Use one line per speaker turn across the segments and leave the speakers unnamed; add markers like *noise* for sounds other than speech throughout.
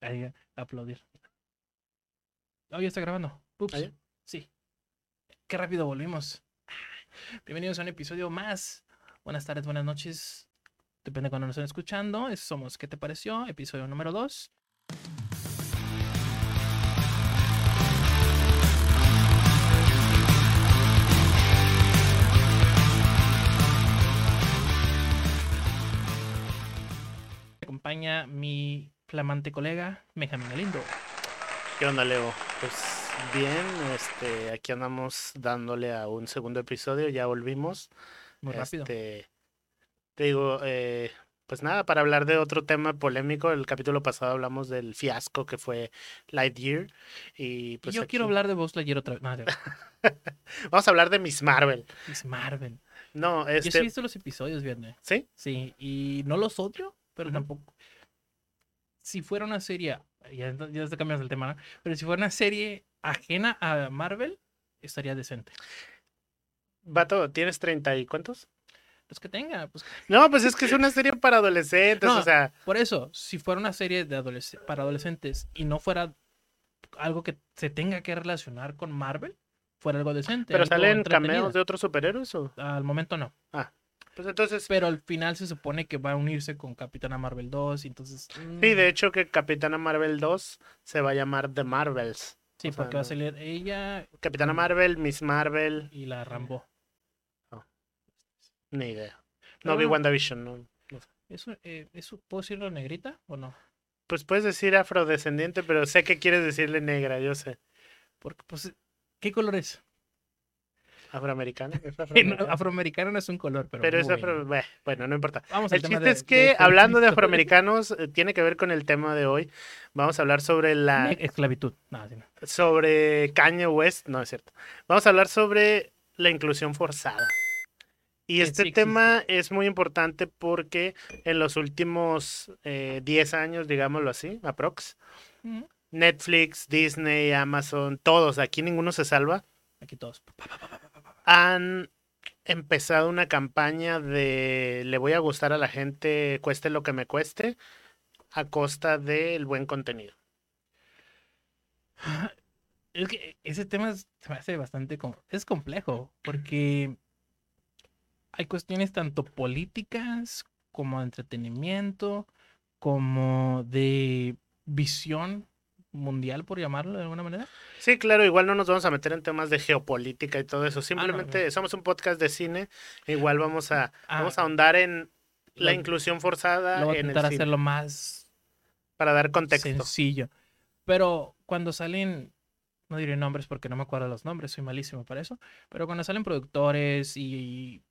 Ahí, aplaudir. Oh, ya está grabando. Ups.
¿Ah, ya?
Sí. Qué rápido volvimos. Bienvenidos a un episodio más. Buenas tardes, buenas noches. Depende de cuando nos estén escuchando. Es- Somos ¿Qué te pareció? Episodio número 2. Me acompaña mi flamante colega, Benjamín Galindo.
¿Qué onda, Leo? Pues bien, este, aquí andamos dándole a un segundo episodio, ya volvimos.
Muy rápido.
Este, te digo, eh, pues nada, para hablar de otro tema polémico, el capítulo pasado hablamos del fiasco que fue Lightyear. Y
Y
pues
yo quiero
aquí-
hablar de Buzz Lightyear otra vez. No, de-
Vamos a hablar de Miss Marvel.
es Marvel.
No,
Yo sí he
este.
visto los episodios, viernes.
¿Sí?
Sí, y no los odio, pero
Ujú.
tampoco. Si fuera una serie, ya, ya te cambias el tema, ¿no? Pero si fuera una serie ajena a Marvel, estaría decente.
Vato, ¿tienes 30 y cuántos?
Los que tenga, pues.
No, pues es que es una serie para adolescentes,
No.
o sea,
Por eso, si fuera una serie de adolesc- para adolescentes y no fuera algo que se tenga que relacionar con Marvel, fuera algo decente.
pero
algo
salen
entretenido.
cameos de otros superhéroes o.
Al momento no.
Pues entonces,
Pero al final se supone que va a unirse con Capitana Marvel 2, y entonces.
Sí, de hecho que Capitana Marvel 2 se va a llamar The Marvels.
Sí,
o sea,
porque va a
no.
salir ella
Capitana Marvel, Miss Marvel,
y la Rambo.
ni idea.
Pero
No vi
bueno.
WandaVision, no.
¿Eso, eh, eso, ¿Puedo decirlo negrita o no?
Pues puedes decir afrodescendiente, pero sé que quieres decirle negra, yo sé.
Porque, pues, ¿qué color *laughs* es? *laughs*
Afroamericana. es
No,
afroamericana.
afroamericano no es un color, pero.
Pero es
bueno.
afro... beh, Bueno, no importa.
Vamos al
El
tema
chiste
de-
es que,
este
hablando
*laughs*
de
episodio.
afroamericanos, eh, tiene que ver con el tema de hoy. Vamos a hablar sobre la...
Ne- Esclavitud. No, sí, no.
sobre Kanye West, no es cierto. Vamos a hablar sobre la inclusión forzada. Y
Que
este
sí existe.
tema es muy importante porque en los últimos eh, 10 años, digámoslo así, aprox,
Mm,
Netflix, Disney, Amazon, todos, aquí ninguno se salva,
Aquí todos.
han empezado una campaña de le voy a gustar a la gente, cueste lo que me cueste, a costa del buen contenido.
Es que ese tema es- se me hace bastante. com- es complejo, porque hay cuestiones tanto políticas como de entretenimiento, como de visión mundial, por llamarlo de alguna manera.
Sí, claro, igual no nos vamos a meter en temas de geopolítica y todo eso.
Ah, no,
Simplemente somos un podcast de cine. e Igual vamos a,
Ah,
vamos a ahondar en la
lo-
inclusión forzada
Lo voy a
en el
intentar
cine,
hacerlo más
para dar contexto.
sencillo. Pero cuando salen, no diré nombres porque no me acuerdo los nombres, soy malísimo para eso, pero cuando salen productores y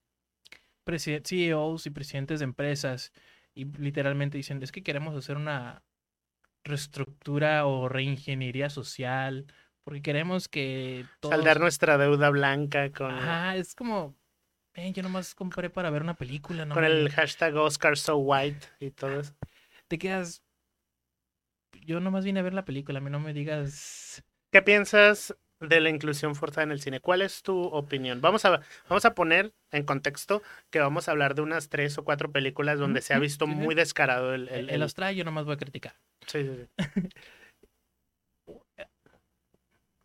presi- CEOs y presidentes de empresas y literalmente dicen, es que queremos hacer una reestructura o reingeniería social, porque queremos que todos...
Saldar nuestra deuda blanca con,
Ajá, es como, "Ven, yo nomás compré para ver una película, ¿no?
con
mames".
el hashtag Oscar So White y todo eso.
Te quedas... Yo nomás vine a ver la película, a mí no me digas...
¿Qué piensas de la inclusión forzada en el cine? ¿Cuál es tu opinión? Vamos a, vamos a poner en contexto que vamos a hablar de unas tres o cuatro películas donde se ha
Ujú,
visto
sí, sí.
muy descarado el... el-
El,
el-
los trae, yo nomás voy a criticar.
sí, sí, sí.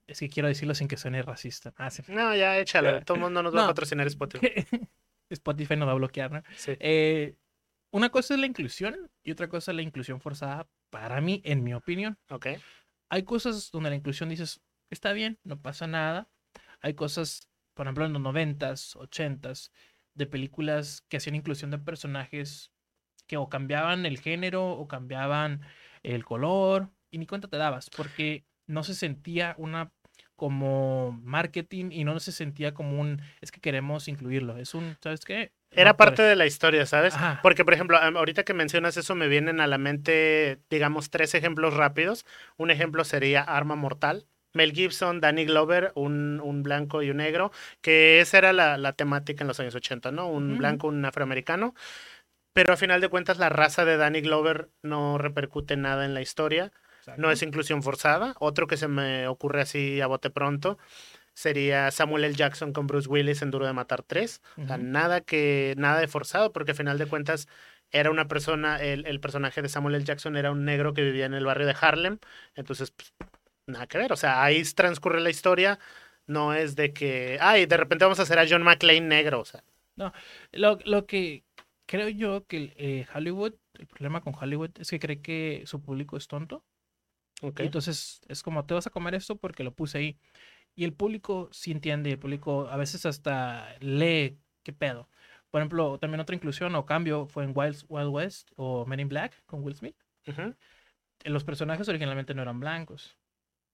Es que quiero decirlo sin que suene racista. Ah, sí.
No, ya échalo. Todo el mundo nos va a
No.
patrocinar Spotify.
*laughs* Spotify nos va a bloquear, ¿no?
Sí.
Eh, una cosa es la inclusión y otra cosa es la inclusión forzada. Para mí, en mi opinión,
Ok.
hay cosas donde la inclusión dices, está bien, no pasa nada. Hay cosas, por ejemplo, en los 90s, 80s, de películas que hacían inclusión de personajes que o cambiaban el género o cambiaban el color y ni cuenta te dabas porque no se sentía una como marketing y no se sentía como un es que queremos incluirlo es un sabes qué
Era
No,
parte
pues,
de la historia, ¿sabes?
Ajá.
Porque, por ejemplo, am- ahorita que mencionas eso, me vienen a la mente, digamos, tres ejemplos rápidos. Un ejemplo sería Arma Mortal. Mel Gibson, Danny Glover, un, un blanco y un negro, que esa era la, la temática en los años 80, ¿no? Un
Ujú.
blanco, un afroamericano. Pero a final de cuentas, la raza de Danny Glover no repercute nada en la historia. No es
exacto.
inclusión forzada. Otro que se me ocurre así a bote pronto sería Samuel L. Jackson con Bruce Willis en Duro de Matar 3. O sea,
Ujú.
nada que nada de forzado, porque al final de cuentas era una persona, el, el personaje de Samuel L. Jackson era un negro que vivía en el barrio de Harlem, entonces pues, nada que ver, o sea, ahí transcurre la historia, no es de que, ay, de repente vamos a hacer a John McClane negro, o sea.
Lo, lo que creo yo que eh, Hollywood, el problema con Hollywood es que cree que su público es tonto.
ok.
Entonces es como, te vas a comer esto porque lo puse ahí. Y el público sí entiende, el público a veces hasta lee qué pedo. Por ejemplo, también otra inclusión o cambio fue en Wild, Wild West o Men in Black con Will Smith.
Ujú.
Eh, Los personajes originalmente no eran blancos.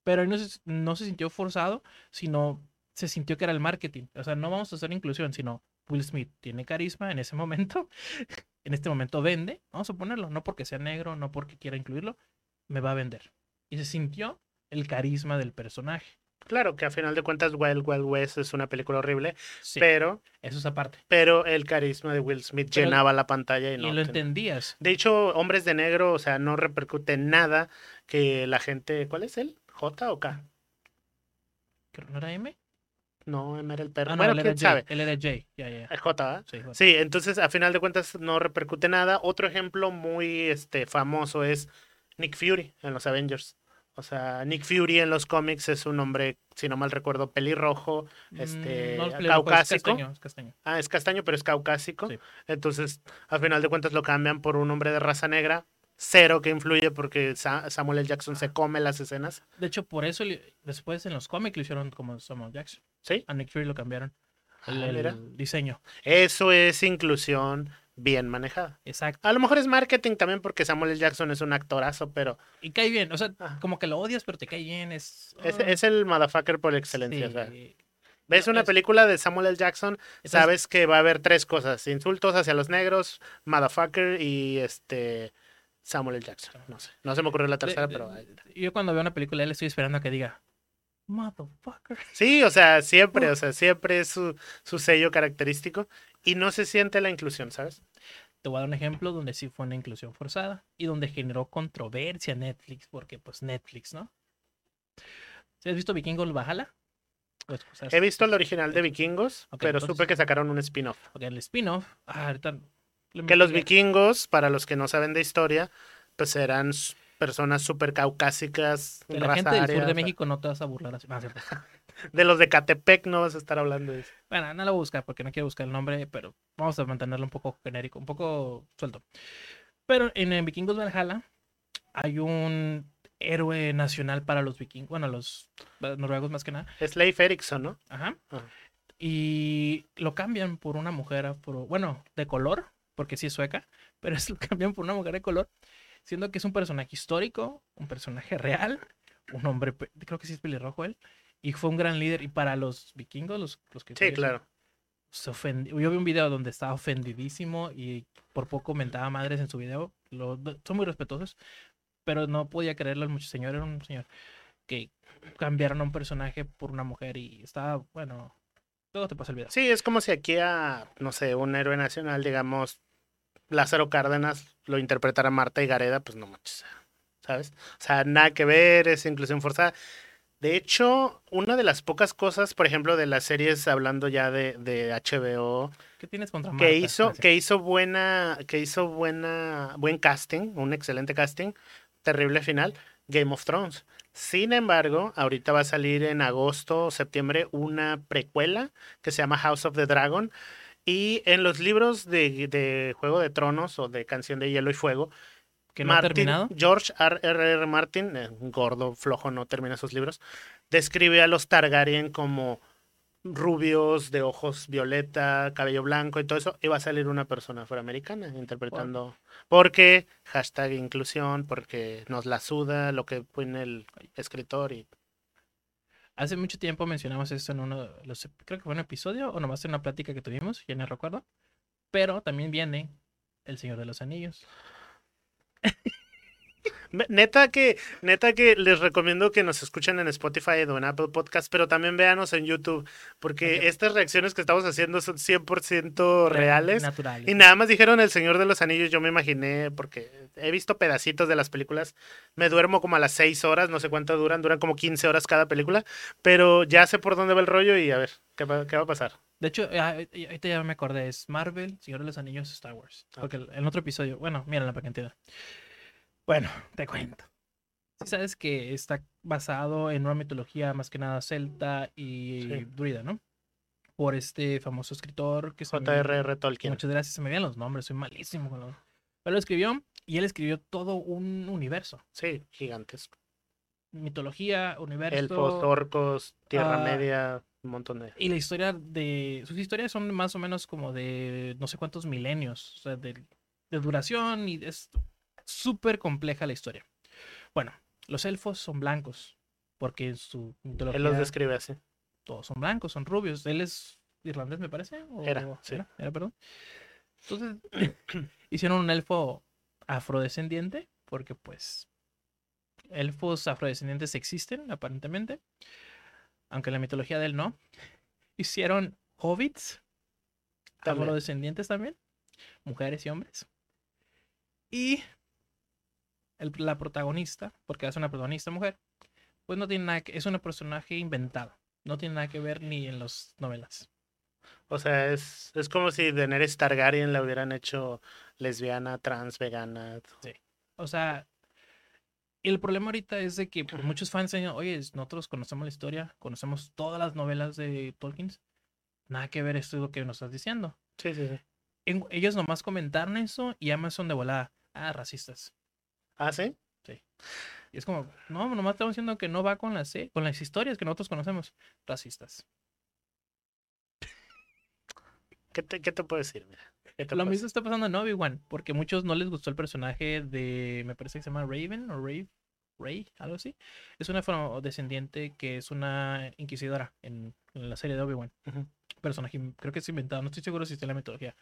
Pero ahí no se, no se sintió forzado, sino se sintió que era el marketing. O sea, no vamos a hacer inclusión, sino Will Smith tiene carisma en ese *laughs* momento. en este momento vende. Vamos a ponerlo. No porque sea negro, no porque quiera incluirlo. Me va a vender. Y se sintió el carisma del personaje.
Claro que a final de cuentas Wild Wild West es una película horrible,
Sí,
pero,
eso es aparte.
pero el carisma de Will Smith
Pero-
llenaba la pantalla y
Y
no.
lo
ten-
entendías.
De hecho, Hombres de Negro, o sea, no repercute en nada que la gente... ¿Cuál es él? ¿J o K?
Creo que ¿No era M?
No, M era el perro.
Ah, no,
bueno,
él era
quién
J.
sabe.
Él era J. Ya, ya, ya.
Es J, ¿verdad?
Sí, bueno.
Sí, entonces a final de cuentas no repercute nada. Otro ejemplo muy este, famoso es Nick Fury en los Avengers. O sea, Nick Fury en los cómics es un hombre, si no mal recuerdo, pelirrojo. este,
Mm, no, le digo, es
caucásico.
castaño, es castaño.
Ah, es castaño, pero es caucásico.
Sí.
Entonces, a final de cuentas lo cambian por un hombre de raza negra. Cero que influye porque Sa- Samuel L. Jackson se come las escenas.
De hecho, por eso le- después en los cómics lo hicieron como Samuel Jackson.
¿Sí?
A Nick Fury lo cambiaron. El,
Ah,
el
mira.
diseño.
Eso es inclusión bien manejada.
Exacto.
A lo mejor es marketing también porque Samuel L. Jackson es un actorazo, pero
Y cae bien. O sea,
Ah.
como que lo odias, pero te cae bien. Es,
Es,
ah,
es el motherfucker por excelencia. o
sí.
sea, ves
No,
una
es-
película de Samuel L. Jackson,
Entonces,
sabes que va a haber tres cosas: insultos hacia los negros, motherfucker y este Samuel L. Jackson. No sé, no se me ocurrió la
de-
tercera,
de-
pero
Yo cuando veo una película, de él estoy esperando a que diga, motherfucker.
sí, o sea, siempre, o sea, siempre es su, su sello característico y no se siente la inclusión, ¿sabes?
Te voy a dar un ejemplo donde sí fue una inclusión forzada y donde generó controversia Netflix, porque pues Netflix, ¿no? ¿Sí ¿Has visto Vikingo el Bajala? Pues, o sea,
He visto el original de Vikingos,
Ok,
pero
entonces-
supe que sacaron un spin-off.
ok, pues, el spin-off. ah, ahorita lo
Que los
investigué.
vikingos, para los que no saben de historia, pues eran s- personas súper caucásicas,
De la gente del sur de
aria, o sea,
México no te vas a burlar así. No, es cierto.
De los de Catepec no vas a estar hablando de eso.
Bueno, no lo voy a buscar porque no quiero buscar el nombre, pero vamos a mantenerlo un poco genérico, un poco suelto. Pero en, eh, Vikingos Valhalla hay un héroe nacional para los vikingos, bueno, los eh, noruegos más que nada.
Es Leif Erikson, ¿no?
Ajá.
Ajá.
Y lo cambian por una mujer, por, bueno, de color, porque sí es sueca, *laughs* pero es, lo cambian por una mujer de color, siendo que es un personaje histórico, un personaje real, un hombre, pe- creo que sí es pelirrojo él, y fue un gran líder. Y para los vikingos, los, los que...
Sí,
ellos-
claro.
se ofendi- Yo vi un video donde estaba ofendidísimo y por poco mentaba madres en su video. Lo- son muy respetuosos, pero no podía creerlo. El mucho señor era un señor que cambiaron a un personaje por una mujer y estaba, bueno, luego te pasa el video.
Sí, es como si aquí a, no sé, un héroe nacional, digamos, Lázaro Cárdenas, lo interpretara Marta y Gareda, pues no manches, ¿sabes? O sea, nada que ver, es inclusión forzada. De hecho, una de las pocas cosas, por ejemplo, de las series, hablando ya de, de HBO,
¿Qué tienes contra Marta?
que hizo,
Ah, sí.
que hizo buena, que hizo buena, buen casting, un excelente casting, terrible final, Game of Thrones. Sin embargo, ahorita va a salir en agosto o septiembre una precuela que se llama House of the Dragon. Y en los libros de, de Juego de Tronos o de Canción de Hielo y Fuego,
¿Que no ha
Martin-
terminado?
George R. Martin, eh, gordo, flojo, no termina sus libros, describe a los Targaryen como rubios, de ojos violeta, cabello blanco y todo eso, y va a salir una persona afroamericana interpretando. Porque, hashtag inclusión, porque nos la suda lo que pone el escritor y
Hace mucho tiempo mencionamos esto en uno de los, ep- creo que fue un episodio o nomás en una plática que tuvimos, ya no recuerdo. Pero también viene El Señor de los Anillos.
Me- Neta que, neta que les recomiendo que nos escuchen en Spotify o en Apple Podcast, pero también véanos en YouTube, porque
Ok.
estas reacciones que estamos haciendo son 100% reales.
Naturales.
Y nada más dijeron El Señor de los Anillos, yo me imaginé, porque he visto pedacitos de las películas, me duermo como a las 6 horas, no sé cuánto duran, duran como 15 horas cada película, pero ya sé por dónde va el rollo y a ver, ¿qué va, qué va a pasar?
De hecho, eh, ah, eh, ahorita ya me acordé, es Marvel, Señor de los Anillos, Star Wars. Porque el- en otro episodio, bueno, mírenla para que entiendan. Bueno, te cuento. Sí sabes que está basado en una mitología más que nada celta y
Sí.
druida, ¿no? Por este famoso escritor que se llama-
J.R.R. Tolkien.
Muchas gracias, se me vean los nombres, soy malísimo con los... Pero lo escribió y él escribió todo un universo.
Sí, gigantesco.
Mitología, universo...
Elfos, orcos, Tierra
Ah.
Media, un montón de...
Y la historia de. Sus historias son más o menos como de no sé cuántos milenios. O sea, de, de duración y es súper compleja la historia. Bueno, los elfos son blancos. Porque en su mitología
Él los describe así.
todos son blancos, son rubios. Él es irlandés, me parece. o-
Era, sí.
Era, era, perdón. Entonces, *coughs* hicieron un elfo afrodescendiente. Porque, pues. Elfos afrodescendientes existen, aparentemente. Aunque en la mitología de él no hicieron hobbits,
También.
afrodescendientes también, mujeres y hombres. Y el- la protagonista, porque es una protagonista mujer, pues no tiene nada que, es un personaje inventado, no tiene nada que ver ni en las novelas.
O sea, es, es como si Daenerys Targaryen la hubieran hecho lesbiana, trans, vegana.
O sea, el problema ahorita es de que pues, muchos fans dicen, oye, es- nosotros conocemos la historia, conocemos todas las novelas de Tolkien, nada que ver esto es lo que nos estás diciendo.
Sí, sí, sí.
en- ellos nomás comentaron eso y Amazon de volada, ah, racistas.
¿Ah, sí?
Y es como, no, nomás estamos diciendo que no va con las, se- con las historias que nosotros conocemos, racistas.
¿Qué te, qué te puedo decir? Mira, ¿qué te
Lo
puedo
mismo está pasando en Obi-Wan, porque a muchos no les gustó el personaje de, me parece que se llama Raven o Rave, Ray, algo así. Es una descendiente que es una inquisidora en, en la serie de Obi-Wan.
Ujú.
Personaje, in- creo que es inventado, no estoy seguro si está en la mitología.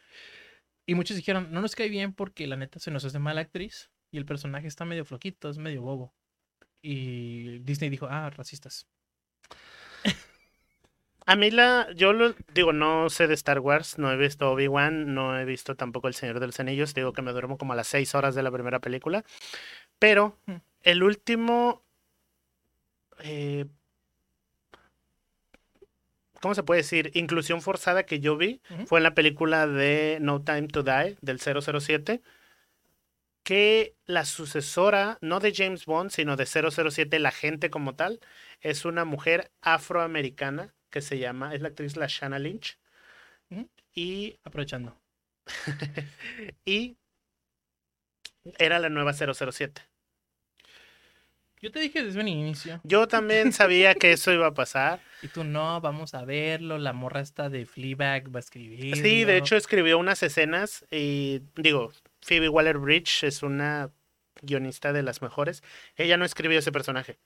Y muchos dijeron, no nos cae bien porque la neta se nos hace mala actriz y el personaje está medio floquito, es medio bobo. Y Disney dijo, ah, racistas.
A mí la, yo lo digo, no sé de Star Wars, no he visto Obi-Wan, no he visto tampoco El Señor de los Anillos, digo que me duermo como a las seis horas de la primera película, pero
Hmm.
el último, eh, ¿cómo se puede decir? Inclusión forzada que yo vi
Ujú.
fue en la película de No Time to Die del 007, que la sucesora, no de James Bond, sino de 007, la gente como tal, es una mujer afroamericana que se llama, es la actriz Lashana Lynch.
Ujú.
Y,
Aprovechando.
y era la nueva 007.
Yo te dije desde un inicio,
Yo también sabía que eso iba a pasar.
y tú no, vamos a verlo, la morra está de Fleabag, va a escribir.
Sí, de hecho escribió unas escenas y digo, Phoebe Waller-Bridge es una guionista de las mejores. Ella no escribió ese personaje.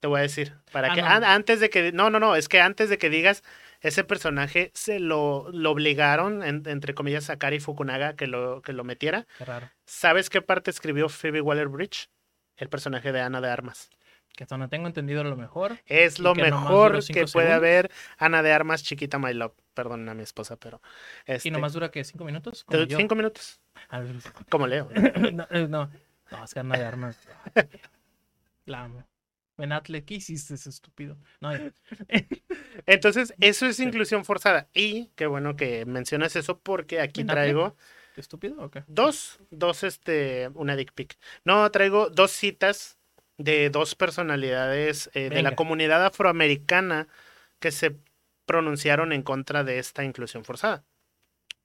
Te voy a decir, para
Ah,
que
no.
an- antes de que no, no, no, es que antes de que digas ese personaje se lo, lo obligaron en- entre comillas a Kari Fukunaga que lo que lo metiera.
Qué raro,
¿Sabes qué parte escribió Phoebe Waller-Bridge? El personaje de Ana de Armas.
que hasta no tengo entendido a lo mejor.
Es
Y
lo
que nomás
mejor
duró cinco
que puede
segundos.
haber Ana de Armas chiquita my love. Perdón a mi esposa, pero este,
Y nomás dura que cinco minutos.
te
Como
doy
yo. *laughs*
cinco minutos.
A ver,
Como Leo.
*laughs* no, eh, no, no, es que Ana de armas. La amo. Ben Affleck, ¿qué hiciste, ese estúpido? No, ya.
Entonces, eso es inclusión forzada. Y qué bueno que mencionas eso porque aquí
¿Ben Affleck?
traigo
¿estúpido o qué?
dos, dos, este, una dick pic. No, traigo dos citas de dos personalidades eh, de la
Venga.
comunidad afroamericana que se pronunciaron en contra de esta inclusión forzada.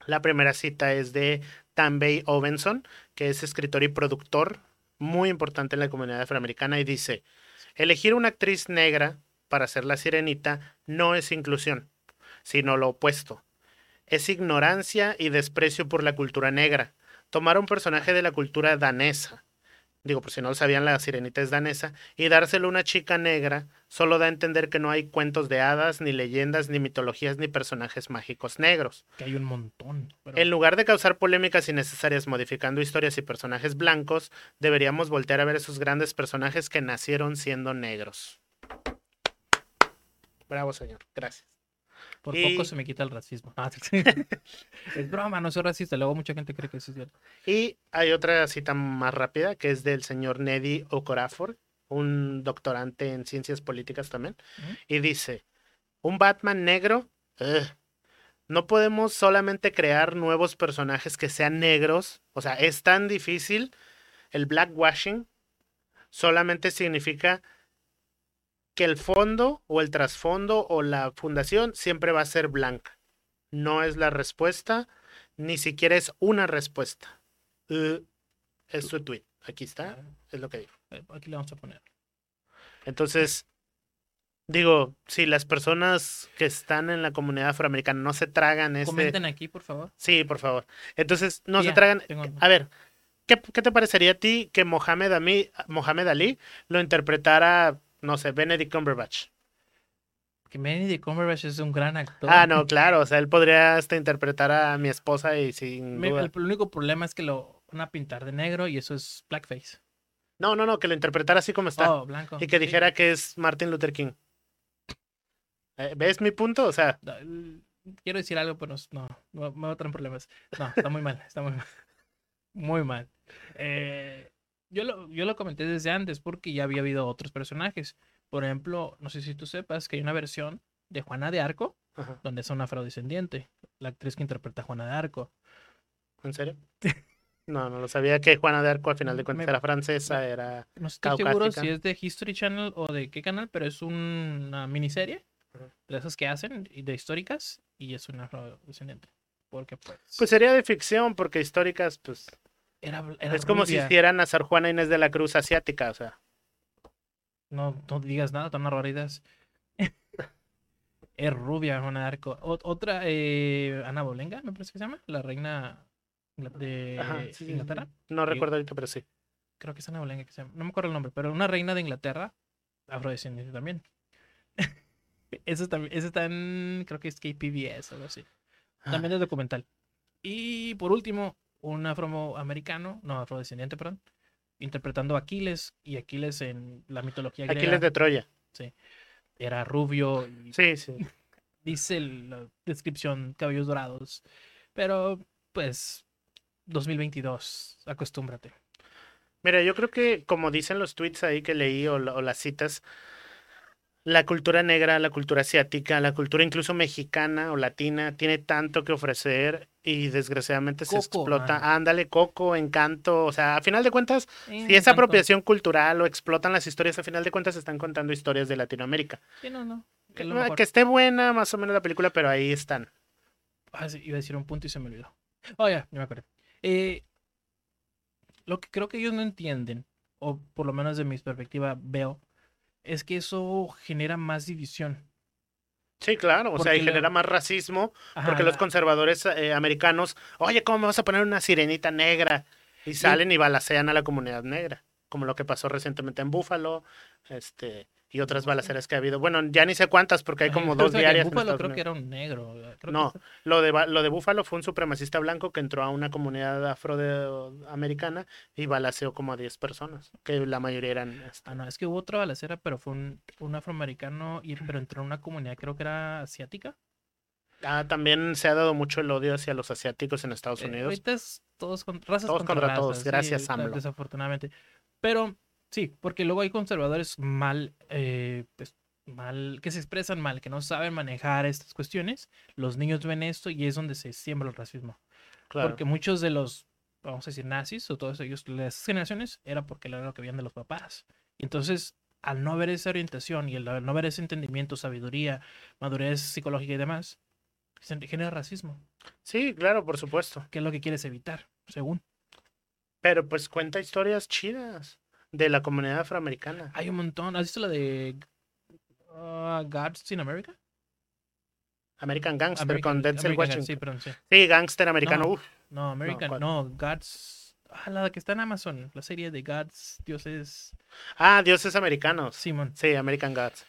La primera cita es de Tambay Ovenson, que es escritor y productor muy importante en la comunidad afroamericana, y dice, elegir una actriz negra para ser la sirenita no es inclusión, sino lo opuesto. Es ignorancia y desprecio por la cultura negra. Tomar un personaje de la cultura danesa, digo, por si no lo sabían, la sirenita es danesa, y dárselo a una chica negra solo da a entender que no hay cuentos de hadas, ni leyendas, ni mitologías, ni personajes mágicos negros.
Que hay un montón. pero-
En lugar de causar polémicas innecesarias modificando historias y personajes blancos, deberíamos voltear a ver esos grandes personajes que nacieron siendo negros. Bravo, señor. Gracias.
Por
Y-
poco se me quita el racismo. *laughs* Ah,
*laughs*
es broma, no soy racista. Luego mucha gente cree que eso es cierto.
Y hay otra cita más rápida que es del señor Neddy Okorafor, un doctorante en ciencias políticas también,
Ujú.
y dice, un Batman negro ugh, No podemos solamente crear nuevos personajes que sean negros. O sea, es tan difícil. El blackwashing solamente significa que el fondo o el trasfondo o la fundación siempre va a ser blanca. No es la respuesta, ni siquiera es una respuesta. Uh, es su tweet. Aquí está, es lo que dijo.
Eh, Aquí le vamos a poner.
Entonces, digo, si las personas que están en la comunidad afroamericana no se tragan este.
Comenten aquí, por favor.
Sí, por favor. Entonces, no
Ya,
se tragan.
tengo algo.
A ver, ¿qué, qué te parecería a ti que Mohamed, Ami- Mohamed Ali lo interpretara, no sé, Benedict Cumberbatch?
Que Benedict Cumberbatch es un gran actor.
Ah, no, claro, o sea, él podría hasta interpretar a mi esposa y sin
Me-
duda.
El único problema es que lo van a pintar de negro y eso es blackface.
No, no, no, que lo interpretara así como está
Oh, blanco.
y que
sí.
dijera que es Martin Luther King. Eh, ¿Ves mi punto? O sea,
No, el- Quiero decir algo, pero no, no me voy a traer en problemas. No, está muy mal, está muy mal. Muy mal. Eh, yo, lo, yo lo comenté desde antes porque ya había habido otros personajes. Por ejemplo, no sé si tú sepas que hay una versión de Juana de Arco
ajá,
donde es una afrodescendiente, la actriz que interpreta a Juana de Arco.
¿en serio? No, no lo sabía que Juana de Arco al final de cuentas
Me-
era francesa, era...
No estoy seguro si
Caucásica.
es de History Channel o de qué canal, pero es una miniserie
Ujú.
de esas que hacen, y de históricas, y es una afrodescendiente. Porque pues,
Pues sería de ficción, porque históricas, pues...
era,
Es como si hicieran a Sor Juana Inés de la Cruz asiática, o sea.
No, no digas nada, tan barbaridades. *laughs* es rubia, Juana de Arco. O- otra, eh, Ana Bolenga, me parece que se llama, la reina Ingla- de
Ajá, sí, sí, sí.
Inglaterra.
No
Eh, Sí.
recuerdo ahorita, pero sí.
Creo que es Ana Bolenga que se llama. No me acuerdo el nombre, pero una reina de Inglaterra, afrodescendiente también. *laughs* Eso también, eso está en, creo que es KPBS o algo así.
Ah.
También es documental. Y por último, un afroamericano, no, afrodescendiente, perdón, interpretando a Aquiles. Y Aquiles en la mitología griega
Aquiles de Troya.
era rubio. Y
Sí, sí.
Dice la descripción cabellos dorados. Pero, pues, 2022, acostúmbrate.
Mira, yo creo que como dicen los tweets ahí que leí o, la- o las citas, la cultura negra, la cultura asiática, la cultura incluso mexicana o latina tiene tanto que ofrecer y desgraciadamente se
Coco,
explota.
mano.
Ándale, coco, encanto, o sea, a final de cuentas,
Eh,
si es
tanto.
apropiación cultural o explotan las historias, a final de cuentas están contando historias de Latinoamérica.
Sí, no, no. es
Que,
lo
ah,
mejor.
que esté buena más o menos la película, pero ahí están.
Ah, sí, iba a decir un punto y se me olvidó. Oh, ya, ya me acuerdo. Eh, lo que creo que ellos no entienden, o por lo menos de mi perspectiva veo, es que eso genera más división.
Sí, claro, o sea, y
Porque Ah, la-
genera más racismo
Ajá,
porque los
la-
conservadores eh, americanos, oye, ¿cómo me vas a poner una sirenita negra? Y salen y balacean a la comunidad negra, como lo que pasó recientemente en Búfalo, este, y otras balaceras que ha habido. Bueno, ya ni sé cuántas porque hay
Ay, *laughs*
como
creo
dos
que en
diarias. en
Búfalo
Estados
creo que
Unidos.
era un negro. creo que
No, lo de, ba- lo de Búfalo fue un supremacista blanco que entró a una comunidad afroamericana y balaceó como a 10 personas, que la mayoría eran... este,
Ah, no, es que hubo otra balacera, pero fue un, un afroamericano, y, pero entró en una comunidad, creo que era asiática.
Ah, también se ha dado mucho el odio hacia los asiáticos en Estados
Eh,
Unidos.
ahorita es todos con, razas
Todos
contra,
contra todos,
razas, sí,
gracias,
está-
AMLO.
Desafortunadamente. Pero sí, porque luego hay conservadores mal, eh, pues, mal, que se expresan mal, que no saben manejar estas cuestiones. Los niños ven esto y es donde se siembra el racismo.
claro.
pues, Porque muchos de los, vamos a decir, nazis o todos ellos, las generaciones, era porque era lo que veían de los papás. Y entonces, al no ver esa orientación y al no ver ese entendimiento, sabiduría, madurez psicológica y demás, se genera racismo,
Sí, claro, por supuesto.
que es lo que quieres evitar, según.
Pero pues cuenta historias chidas de la comunidad afroamericana.
Hay un montón. ¿Has visto la de ah, Gods in America?
American Gangster con
American-
Denzel
American Gods,
Washington.
Sí, perdón, sí.
Sí, Gangster americano.
No.
uf.
No, American,
¿cuál?
no, Gods. Ah, la que está en Amazon, la serie de Gods, dioses.
Ah, dioses americanos. Sí.
Simon.
American Gods.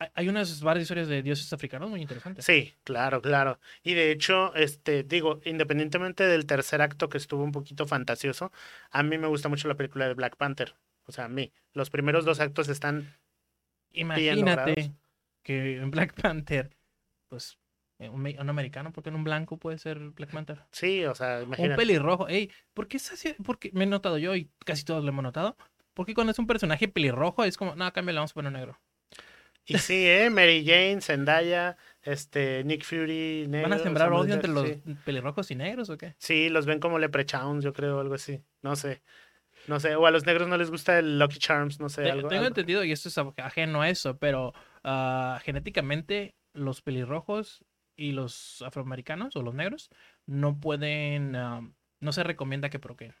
Hay- Hay unas varias historias de dioses africanos muy interesantes.
Sí, claro, claro. Y de hecho, este, digo, independientemente del tercer acto que estuvo un poquito fantasioso, a mí me gusta mucho la película de Black Panther. O sea, a mí. Los primeros dos actos están.
Imagínate
logrados.
que en Black Panther, pues, eh, un, me- un americano, porque en un blanco puede ser Black Panther.
Sí, o sea,
Un
imagínate.
pelirrojo. Ey, ¿por qué es así? Porque me he notado yo y casi todos lo hemos notado. Porque cuando es un personaje pelirrojo es como, no, cambia, le vamos a poner negro.
Y sí, ¿eh? Mary Jane, Zendaya, este, Nick Fury, negro.
¿Van a sembrar
Samuel
odio entre los
Jackson, sí.
pelirrojos y negros o qué?
Sí, los ven como leprechauns, yo creo, algo así. No sé. No sé. O a los negros no les gusta el Lucky Charms, no sé.
Te-
algo,
Tengo
algo.
entendido, y esto es a- ajeno a eso, pero ah, genéticamente los pelirrojos y los afroamericanos o los negros no pueden, ah, no se recomienda que procreen.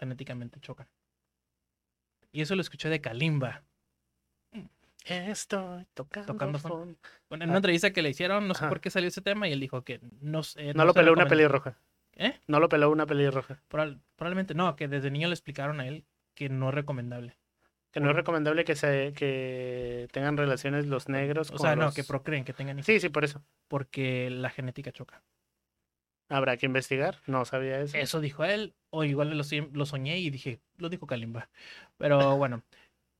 Genéticamente chocan. Y eso lo escuché de Kalimba.
Estoy tocando,
Tocando fondo.
fondo.
Bueno, en una
Ah.
entrevista que le hicieron, no sé
Ajá.
por qué salió ese tema y él dijo que Eh, no, sé,
No lo
se
peló una
recomienda.
pelirroja.
¿Eh?
No lo peló una pelirroja.
Probable- probablemente no, que desde niño le explicaron a él que no es recomendable.
Que no es recomendable que se que tengan relaciones los negros
O
con
sea, no,
Pues los-
que procreen, que tengan hijos,
Sí, sí, por eso.
porque la genética choca.
Habrá que investigar. No sabía eso.
Eso dijo él, o igual lo, sie- lo soñé y dije, lo dijo Kalimba. Pero bueno,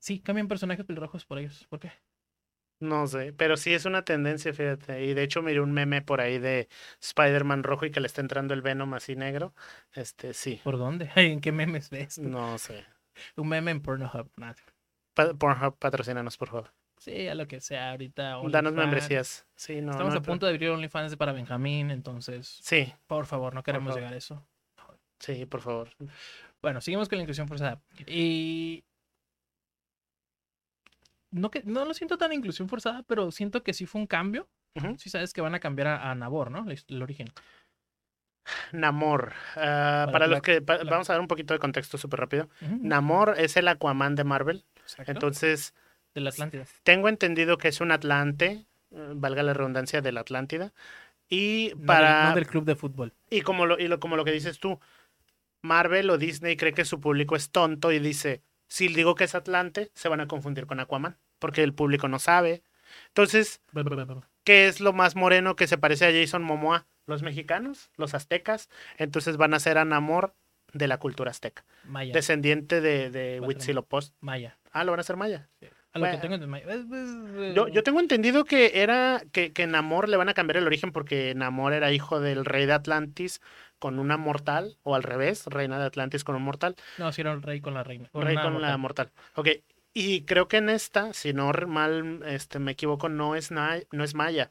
sí, cambian personajes pelirrojos por ellos. ¿Por qué?
No sé, pero sí es una tendencia, fíjate. Y de hecho miré un meme por ahí de Spider-Man rojo y que le está entrando el Venom así negro. Este, sí.
¿Por dónde? *laughs* ¿En qué memes ves?
No sé.
Un meme en Pornhub. nada.
Pa- Pornhub, patrocínanos, por favor.
Sí, a lo que sea ahorita.
Danos
OnlyFans.
membresías. Sí, no,
Estamos
no
a
te-
punto de abrir OnlyFans para Benjamín, entonces,
Sí,
por favor, no queremos
favor.
llegar a eso.
sí, por favor.
Bueno, seguimos con la inclusión forzada. Y. No, que, no lo siento tan inclusión forzada, pero siento que sí fue un cambio.
Ujú.
Sí sabes que van a cambiar a, a Nabor, ¿no? La his- El, origen.
Namor. ah,
Para
para los
Black-
que. pa-
Black-
Vamos a dar un poquito de contexto súper rápido.
Ujú,
Namor es el Aquaman de Marvel.
exacto,
Entonces,
de la Atlántida.
tengo entendido que es un Atlante, eh, valga la redundancia, de la Atlántida. Y
No del-
para.
no del club de fútbol.
Y como lo, y lo- como lo que dices tú, Marvel o Disney cree que su público es tonto y dice, si digo que es Atlante, se van a confundir con Aquaman, porque el público no sabe. Entonces,
Bla, bla, bla, bla, bla.
¿qué es lo más moreno que se parece a Jason Momoa? Los mexicanos, los aztecas. Entonces van a ser a Namor de la cultura azteca,
Maya.
descendiente de, de
Patrón.
Huitzilopochtli.
Maya.
Ah, lo van a hacer maya.
A lo que
Bueno.
tengo de Maya. Es- es-
Yo, yo tengo entendido que era que, que Namor le van a cambiar el origen porque Namor era hijo del rey de Atlantis con una mortal, o al revés, reina de Atlantis con un mortal,
No, si era el rey con la reina.
rey
una
con la
mortal.
mortal. Ok, y creo que en esta, si no re- mal este, me equivoco, no es, na- no es maya.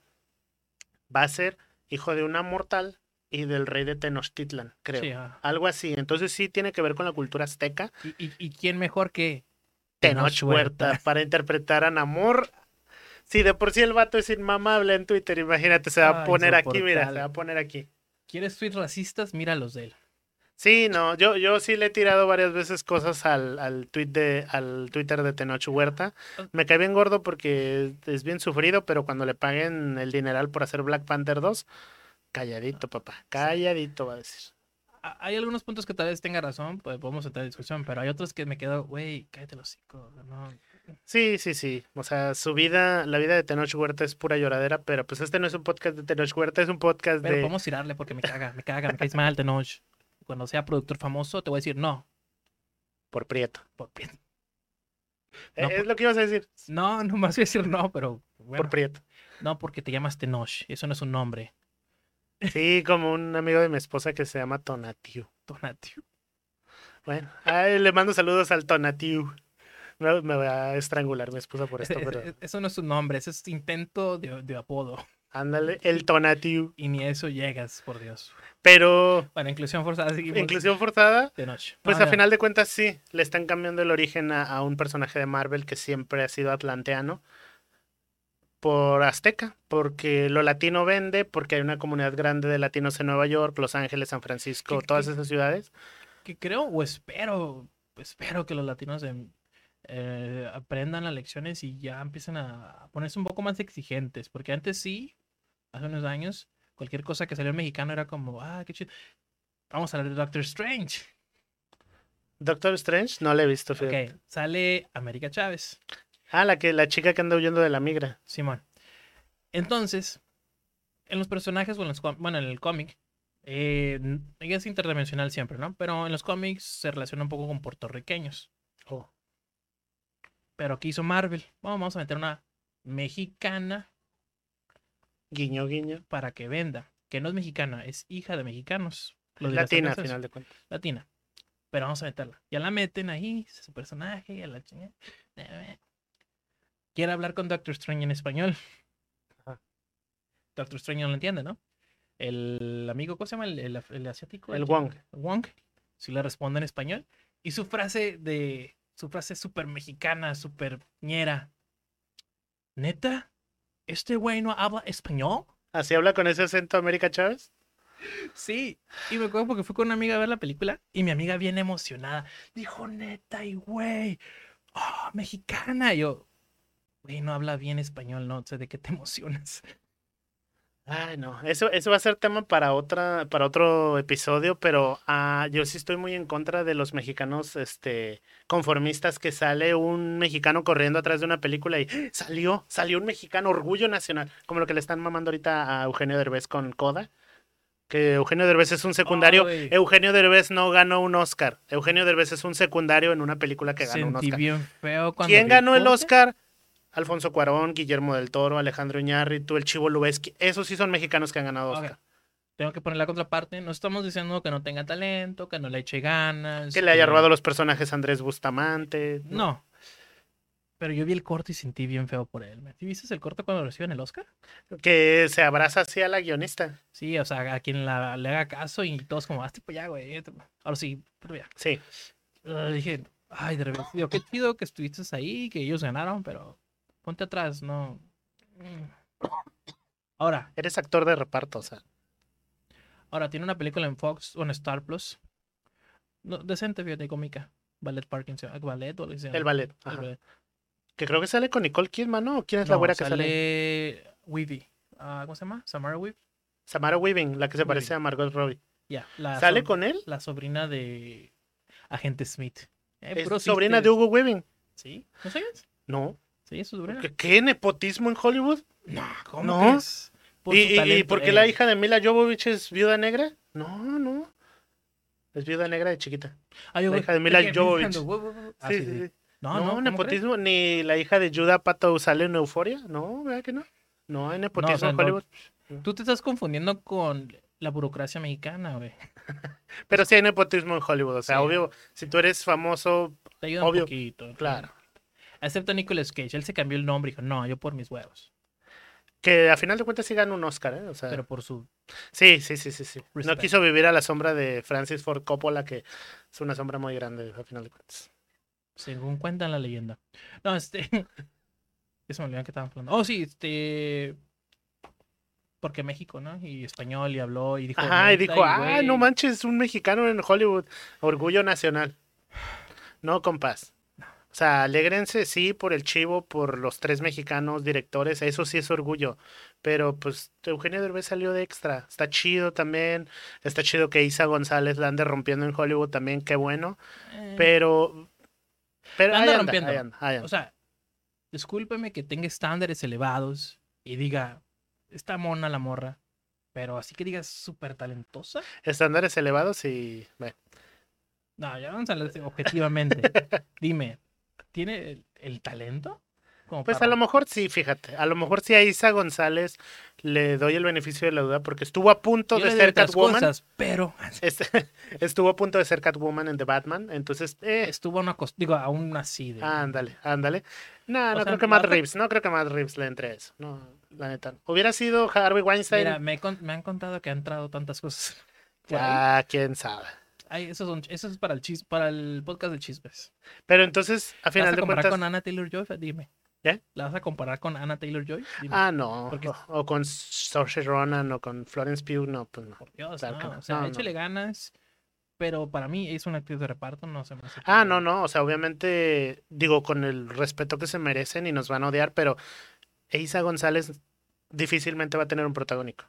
Va a ser hijo de una mortal y del rey de Tenochtitlan, creo.
Sí, ajá.
Algo así. Entonces sí tiene que ver con la cultura azteca.
¿Y, y, y quién mejor que
Tenoch Huerta, para interpretar a Namor. Si de por sí el vato es inmamable en Twitter, imagínate, se va a
Ay,
poner aquí, mira,
insoportable.
se va a poner aquí.
¿Quieres tweets racistas? Mira los de él.
Sí, no, yo, yo sí le he tirado varias veces cosas al, al, tweet de, al Twitter de Tenoch Huerta. Me cae bien gordo porque es bien sufrido, pero cuando le paguen el dineral por hacer Black Panther 2,
Ah,
calladito, papá, calladito va a decir.
A- Hay algunos puntos que tal vez tenga razón, pues podemos entrar en discusión, pero hay otros que me quedo, güey, cállate los hocico. No,
Sí, sí, sí. O sea, su vida, la vida de Tenoch Huerta es pura lloradera, pero pues este no es un podcast de Tenoch Huerta, es un podcast
Pero
de...
podemos tirarle porque me caga, me caga, me caes mal, Tenoch. Cuando sea productor famoso, te voy a decir no.
Por Prieto.
Por pien-
Eh,
No,
es
por-
lo que ibas a decir.
No, no más voy a decir no, pero bueno.
Por
*laughs*
Prieto.
no porque te llamas Tenoch. Eso no es un nombre.
Sí, como un amigo de mi esposa que se llama Tonatiu.
Tonatiu.
Bueno, ay, le mando saludos al Tonatiu. Me, me va a estrangular mi esposa
*laughs*
por esto, pero
Eso no es un nombre, eso es intento de, de apodo.
ándale, el Tonatiu.
Y ni a eso llegas, por Dios.
Pero
Bueno, inclusión forzada, seguimos.
inclusión forzada,
Tenoch.
pues
No,
a
no,
final de cuentas sí, le están cambiando el origen a, a un personaje de Marvel que siempre ha sido atlanteano por azteca, porque lo latino vende, porque hay una comunidad grande de latinos en Nueva York, Los Ángeles, San Francisco,
¿Qué-
todas
qué-
esas ciudades.
Que creo o espero, espero que los latinos em, eh, aprendan las lecciones y ya empiecen a a ponerse un poco más exigentes, porque antes sí, hace unos años, cualquier cosa que salió en mexicano era como, ah, qué chido. Vamos a hablar de Doctor Strange.
Doctor Strange no la he visto, fíjate.
Ok, sale América Chávez,
Ah, la que la chica que anda huyendo de la migra.
Simón. Entonces, en los personajes, o en los cóm- bueno, en el cómic, eh, n- ella es interdimensional siempre, ¿no? Pero en los cómics se relaciona un poco con puertorriqueños.
Oh.
Pero ¿qué hizo Marvel? Bueno, vamos a meter una mexicana
Guiño, guiño.
para que venda. Que no es mexicana, es hija de mexicanos. Lo dirás
Latina, al
al
final
cansancio.
de cuentas.
Latina. Pero vamos a meterla. Ya la meten ahí, su personaje, a la chingada. Quiere hablar con Doctor Strange en español.
Ajá.
Doctor Strange no lo entiende, ¿no? El amigo, ¿cómo se llama? El, el- el asiático.
El Wong.
Wong. Si le responde en español. Y su frase de. Su frase súper mexicana, súper ñera. ¿Neta? ¿Este güey no habla español?
¿Así habla con ese acento América Chávez?
Sí, y me acuerdo porque fui con una amiga a ver la película y mi amiga bien emocionada dijo, neta y güey, oh, mexicana. Y yo, güey, no habla bien español, no sé de qué te *laughs* emocionas.
Ay, no. Eso, eso va a ser tema para otra, para otro episodio, pero ah, yo sí estoy muy en contra de los mexicanos, este, conformistas que sale un mexicano corriendo atrás de una película y *gasps* ¡Ah! salió, salió un mexicano, orgullo nacional, como lo que le están mamando ahorita a Eugenio Derbez con Coda. Que Eugenio Derbez es un secundario.
Ay.
Eugenio Derbez no ganó un Oscar. Eugenio Derbez es un secundario en una película que ganó un
Sentí
Oscar.
bien feo cuando...
¿Quién
vi
ganó el
Coda.
Oscar? Alfonso Cuarón, Guillermo del Toro, Alejandro Iñárritu, el Chivo Lubeski. Esos sí son mexicanos que han ganado
Ok,
Oscar.
Tengo que poner la contraparte. No estamos diciendo que no tenga talento, que no le eche ganas.
Que le haya robado los personajes a Andrés Bustamante.
No. Pero yo vi el corte y sentí bien feo por él. ¿Sí viste el corte cuando reciben el Oscar?
Que se abraza así a la guionista.
Sí, o sea, a quien la- le haga caso y todos como, hazte pues ya, güey. Ahora sí, pero ya.
Sí.
Le dije, ay, de repente, digo, qué chido que estuviste ahí, que ellos ganaron, pero ponte atrás, no. Mm. Ahora,
Eres actor de reparto, o sea.
ahora tiene una película en Fox o en Star Plus. No, decente, fíjate, cómica. Ballet Parking, se llama, ballet o algo así se llama.
El ballet.
El
ajá.
ballet.
Que creo que sale con Nicole Kidman, ¿no? ¿Quién es la
No,
güera que
sale,
sale?
Weavy. Ah, ¿Cómo se llama? Samara Weavy.
Samara Weaving, la que se
Weaving. Ah,
parece a Margot Robbie.
Ya. la
¿Sale
sobr-
con él?
La sobrina de Agente Smith. Eh,
Es
puros
sobrina de
sisters.
Hugo Weaving.
Sí, ¿no sabías?
No.
Sí, es su sobrina.
¿Qué, qué nepotismo en Hollywood?
No, ¿cómo
No.
crees? Por
¿Y,
su
y- y
talento,
por qué la
eh.
hija de Mila Jovovich es viuda negra? No, no. Es viuda negra de chiquita.
Ah, yo,
La
güey,
hija de Mila
es que me
Jovovich.
dicen, "Wo, wo, wo". Ah, sí, sí. No, no,
No,
¿cómo crees?
nepotismo. Ni la hija de Judah Pato sale en Euforia. No, ¿verdad que no? No, hay nepotismo
sea,
en
no.
Hollywood.
Tú te estás confundiendo con la burocracia mexicana, güey.
Pero sí hay nepotismo en Hollywood. O sea,
Sí.
obvio, si tú eres famoso,
Te ayuda
Obvio,
un poquito.
claro.
Excepto Nicolas Cage, él se cambió el nombre y dijo, no, yo por mis huevos,
Que a final de cuentas sí gana un Oscar, ¿eh? O sea,
pero por su...
sí, sí, sí, sí. sí. No
Respect.
quiso vivir a la sombra de Francis Ford Coppola, que es una sombra muy grande, a final de cuentas.
según cuentan la leyenda. No, este... *laughs* Eso me olvidó que estaban hablando. Oh, sí, este... Porque México, ¿no? Y español, y habló, y dijo...
Ajá, y
"Neta,
dijo, ah,
güey".
no manches, un mexicano en Hollywood. Orgullo nacional. No, compás. O sea, alegrense, sí, por el chivo, por los tres mexicanos directores, eso sí es orgullo. Pero pues Eugenio Derbez salió de extra. Está chido también. Está chido que Isa González la ande rompiendo en Hollywood también, qué bueno.
Eh,
Pero. Pero
La
ahí
anda
anda,
rompiendo.
ahí anda, ahí anda.
O sea, discúlpeme que tenga estándares elevados y diga, está mona la morra, pero así que digas súper talentosa.
Estándares elevados y. Bueno,
No, ya vamos a hablar de-
*laughs*
objetivamente. Dime, ¿tiene el, el talento? Como
pues a
para-
lo mejor sí, fíjate. A lo mejor sí a Isa González le doy el beneficio de la duda porque estuvo a punto
Yo
de
le doy
ser
otras
Catwoman.
cosas, pero
Este- *laughs* estuvo a punto de ser Catwoman en The Batman, entonces, eh,
estuvo a una cos- digo, aún así. de-
ándale, ándale. No, no
sea,
creo que Matt
Batman-
Reeves, no creo que Matt Reeves le entre eso, no, la neta. no. Hubiera sido Harvey Weinstein,
Mira, me, con- me han contado que han entrado tantas cosas. *laughs* por ahí.
ya, ah, quién sabe.
Ay, eso, son- eso es para el, chis, para el podcast de chismes.
Pero entonces, a
¿La vas
final
a
de
comparar
cuentas,
con Anna Taylor-Joy? Dime.
¿Eh?
¿La vas a comparar con Anna Taylor-Joy? Dime.
ah, no,
Porque-
o, o con Saoirse Ronan o con Florence Pugh, no, pues no.
Por Dios,
Claro que
no,
no.
O sea,
No, no.
échale ganas. Pero para mí es una actriz de reparto, no se me hace
Ah,
que-
no, no, o sea, obviamente, digo, con el respeto que se merecen y nos van a odiar, pero Isa González difícilmente va a tener un protagónico.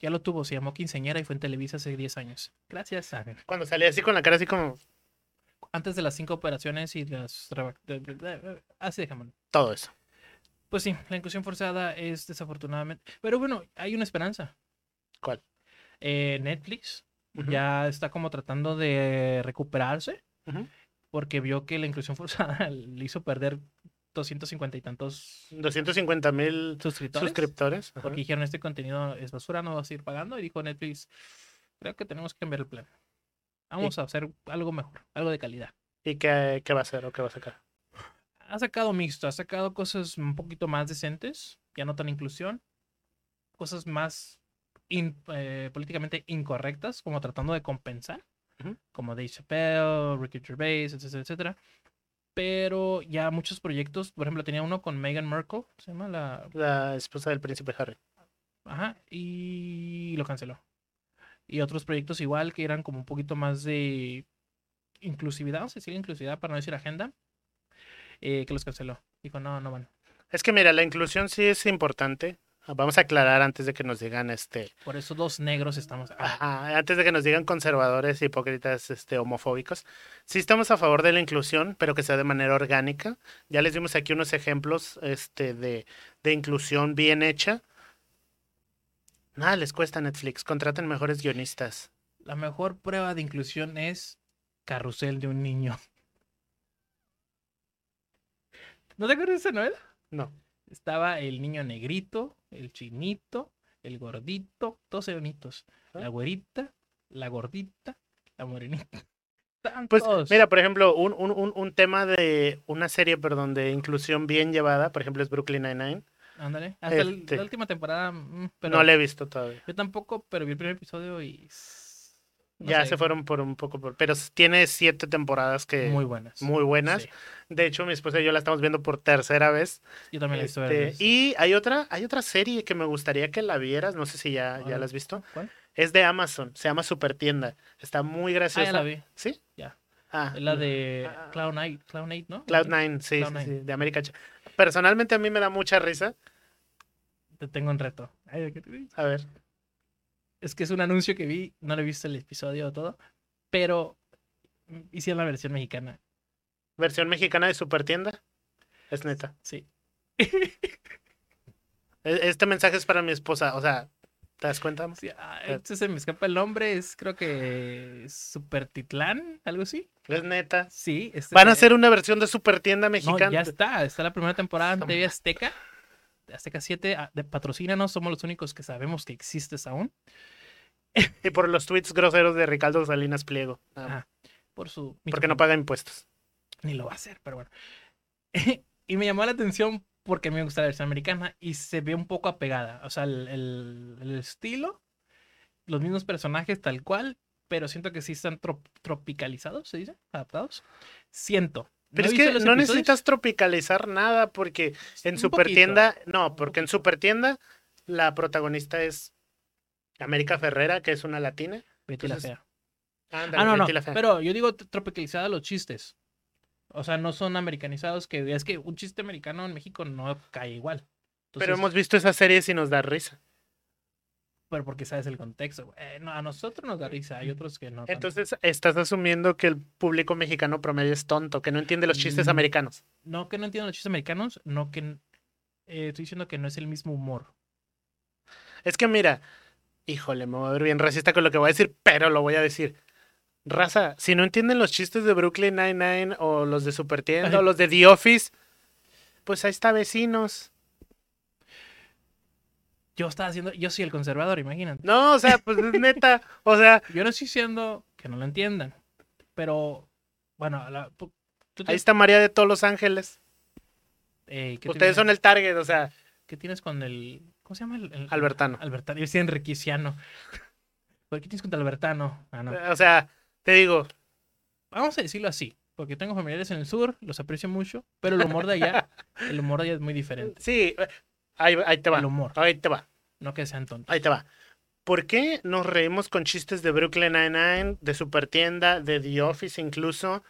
Ya lo tuvo, se llamó Quinceñera y fue en Televisa hace 10 años. Gracias, Ángel.
Cuando salía así con la cara así como,
Antes de las cinco operaciones y las... reba- de- de- de- Así dejámoslo.
todo eso.
Pues sí, la inclusión forzada es desafortunadamente... Pero bueno, hay una esperanza.
¿Cuál?
Eh, Netflix
Ujú.
ya está como tratando de recuperarse
Ujú.
porque vio que la inclusión forzada *laughs* le hizo perder 250 y tantos
250 mil
suscriptores.
suscriptores. ajá.
porque dijeron este contenido es basura, no vas a ir pagando. Y dijo Netflix, creo que tenemos que cambiar el plan. Vamos a hacer algo mejor, algo de calidad.
¿Y qué, qué va a hacer o qué va a sacar?
Ha sacado mixto, ha sacado cosas un poquito más decentes, ya no tan inclusión. cosas más in- eh, políticamente incorrectas, como tratando de compensar,
Ujú.
como Dave Chappelle, Ricky Gervais, etcétera, etcétera. Pero ya muchos proyectos, por ejemplo, tenía uno con Meghan Markle, se llama la.
La esposa del príncipe Harry.
Ajá, y lo canceló. Y otros proyectos igual que eran como un poquito más de inclusividad, vamos a decir inclusividad para no decir agenda, eh, que los canceló. Dijo, no, no van.
Es que mira, la inclusión sí es importante. Vamos a aclarar antes de que nos digan este,
Por eso dos negros estamos. Ah,
ajá, antes de que nos digan conservadores, hipócritas, este, homofóbicos. Sí estamos a favor de la inclusión, pero que sea de manera orgánica. Ya les dimos aquí unos ejemplos, este, de, de inclusión bien hecha. Nada les cuesta a Netflix, contraten mejores guionistas.
la mejor prueba de inclusión es carrusel de un niño. ¿No te acuerdas de esa novela?
No.
Estaba el niño negrito, el chinito, el gordito, todos eran bonitos. La
Ah.
güerita, la gordita, la
*laughs*
morenita. Estaban
Pues
todos.
mira, por ejemplo, un, un- un- un tema de una serie, perdón, de inclusión bien llevada, por ejemplo, es Brooklyn Nine-Nine.
Ándale. Hasta el-
este.
la última temporada. mm, Pero
No la he visto todavía.
Yo tampoco, pero vi el primer episodio y. s- no
ya
sé,
se fueron por un poco, por- pero s- tiene siete temporadas que
Muy
muy,
buenas.
buenas.
Sí,
De hecho, mi esposa y yo la estamos viendo por tercera vez.
Yo también la hice
Este,
ver.
y hay otra, hay otra serie que me gustaría que la vieras, no sé si ya, ya
¿Cuál?
la has visto.
¿Cuál?
Es de Amazon, se llama Supertienda. Está muy
Ah, ya
graciosa.
la vi.
¿Sí?
Ya.
Ah,
Es la
no.
de
Ah, ah.
Cloud Knight, Cloud Knight, ¿no?
Cloud9, sí,
Cloud
sí, sí,
Nine.
de América. Ch- Personalmente a mí me da mucha risa.
Te tengo un reto. Ay, ¿de qué te vi?
A ver.
Es que es un anuncio que vi, no le he visto el episodio o todo, pero hicieron la versión mexicana.
Versión mexicana de Supertienda. Es neta.
Sí.
E- Este mensaje es para mi esposa. O sea, ¿te das cuenta?
sí ah, este se me escapa el nombre, es creo que Supertitlán, algo así.
Es neta.
Sí. este-
Van a hacer una versión de Supertienda
No,
mexicana.
ya está, está la primera temporada en
Esa
TV Azteca. Azteca 7, ah, de patrocínanos, somos los únicos que sabemos que existes aún
Y por los tweets groseros de Ricardo Salinas Pliego. Ah,
Ajá. por su
porque no paga impuestos.
ni lo va a hacer, pero bueno. *laughs* y me llamó la atención porque me gusta la versión americana y se ve un poco apegada. O sea, el, el- el estilo, los mismos personajes tal cual, pero siento que sí están trop- tropicalizados, ¿se dice? Adaptados. Siento. No he
Pero es
visto
que
los
no
episodios,
necesitas tropicalizar nada porque en
un
Supertienda, no,
Un
porque en
poquito.
Supertienda la protagonista es América Ferrera, que es una latina.
Betty la
entonces,
Fea.
pues, Ándale,
Ah, no, no.
Betty la Fea.
Pero yo digo t- tropicalizada los chistes. O sea, no son americanizados, que es que un chiste americano en México no cae igual.
Pero
Entonces,
hemos visto esas series y nos da risa.
Pero porque sabes el contexto. güey. Eh, no, a nosotros nos da risa, hay otros que no. tanto.
Entonces estás asumiendo que el público mexicano promedio es tonto, que no entiende los chistes
Mm.
americanos.
No que no entiendo los chistes americanos, no que... n- eh, estoy diciendo que no es el mismo humor.
Es que mira, híjole, me voy a ver bien racista con lo que voy a decir, pero lo voy a decir. Raza, si no entienden los chistes de Brooklyn Nine-Nine o los de Supertienda o los de The Office, pues ahí está vecinos.
Yo estaba haciendo... Yo soy el conservador, imagínate.
No, o sea, pues es neta. O sea,
Yo no estoy diciendo que no lo entiendan. Pero, bueno, la- pu- tú
ahí
tienes-
está María de todos los ángeles.
eh, ¿qué tienes-
Ustedes son el target, o sea,
¿Qué tienes con el. ¿Cómo se llama el. el-
Albertano.
Albertano. Yo decía Enriquiciano. *laughs* ¿Por qué tienes contra Albertano? Ah, no.
O sea, te digo,
Vamos a decirlo así. Porque tengo familiares en el sur, los aprecio mucho, pero el humor de
*laughs*
allá, el humor de allá es muy diferente.
sí, eh, ahí, ahí te
El
va.
humor,
Ahí te va.
no que sean tontos.
Ahí te va. ¿Por qué nos reímos con chistes de Brooklyn Nine-Nine, de Supertienda, de The Office incluso,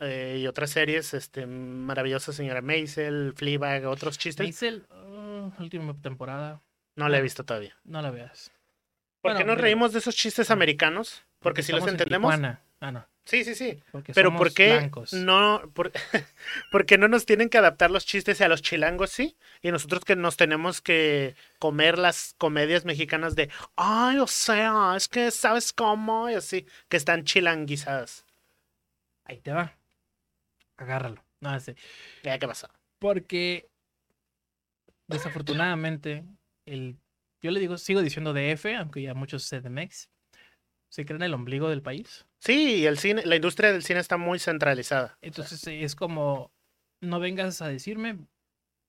eh, y otras series este, maravillosas, señora Maisel, Fleabag, otros chistes?
Maisel, ah, última temporada,
No la he visto todavía.
no la veas.
¿Por
Bueno,
qué nos
mira.
reímos de esos chistes americanos? Porque, si los
estamos en
entendemos.
Tijuana. Ah, no.
Sí, sí, sí.
Porque
Pero
somos
¿por qué
blancos.
no? Por, *laughs* por qué no nos tienen que adaptar los chistes y a los chilangos sí? Y nosotros que nos tenemos que comer las comedias mexicanas de, ay, o sea, es que sabes cómo y así, que están chilanguizadas.
Ahí te va. Agárralo. No, ese.
Ya, ¿qué pasó?
Porque desafortunadamente, el, yo le digo, sigo diciendo DF, aunque ya muchos CDMX, se creen el ombligo del país.
Sí, y el cine, la industria del cine está muy centralizada.
Entonces eh, es como, no vengas a decirme,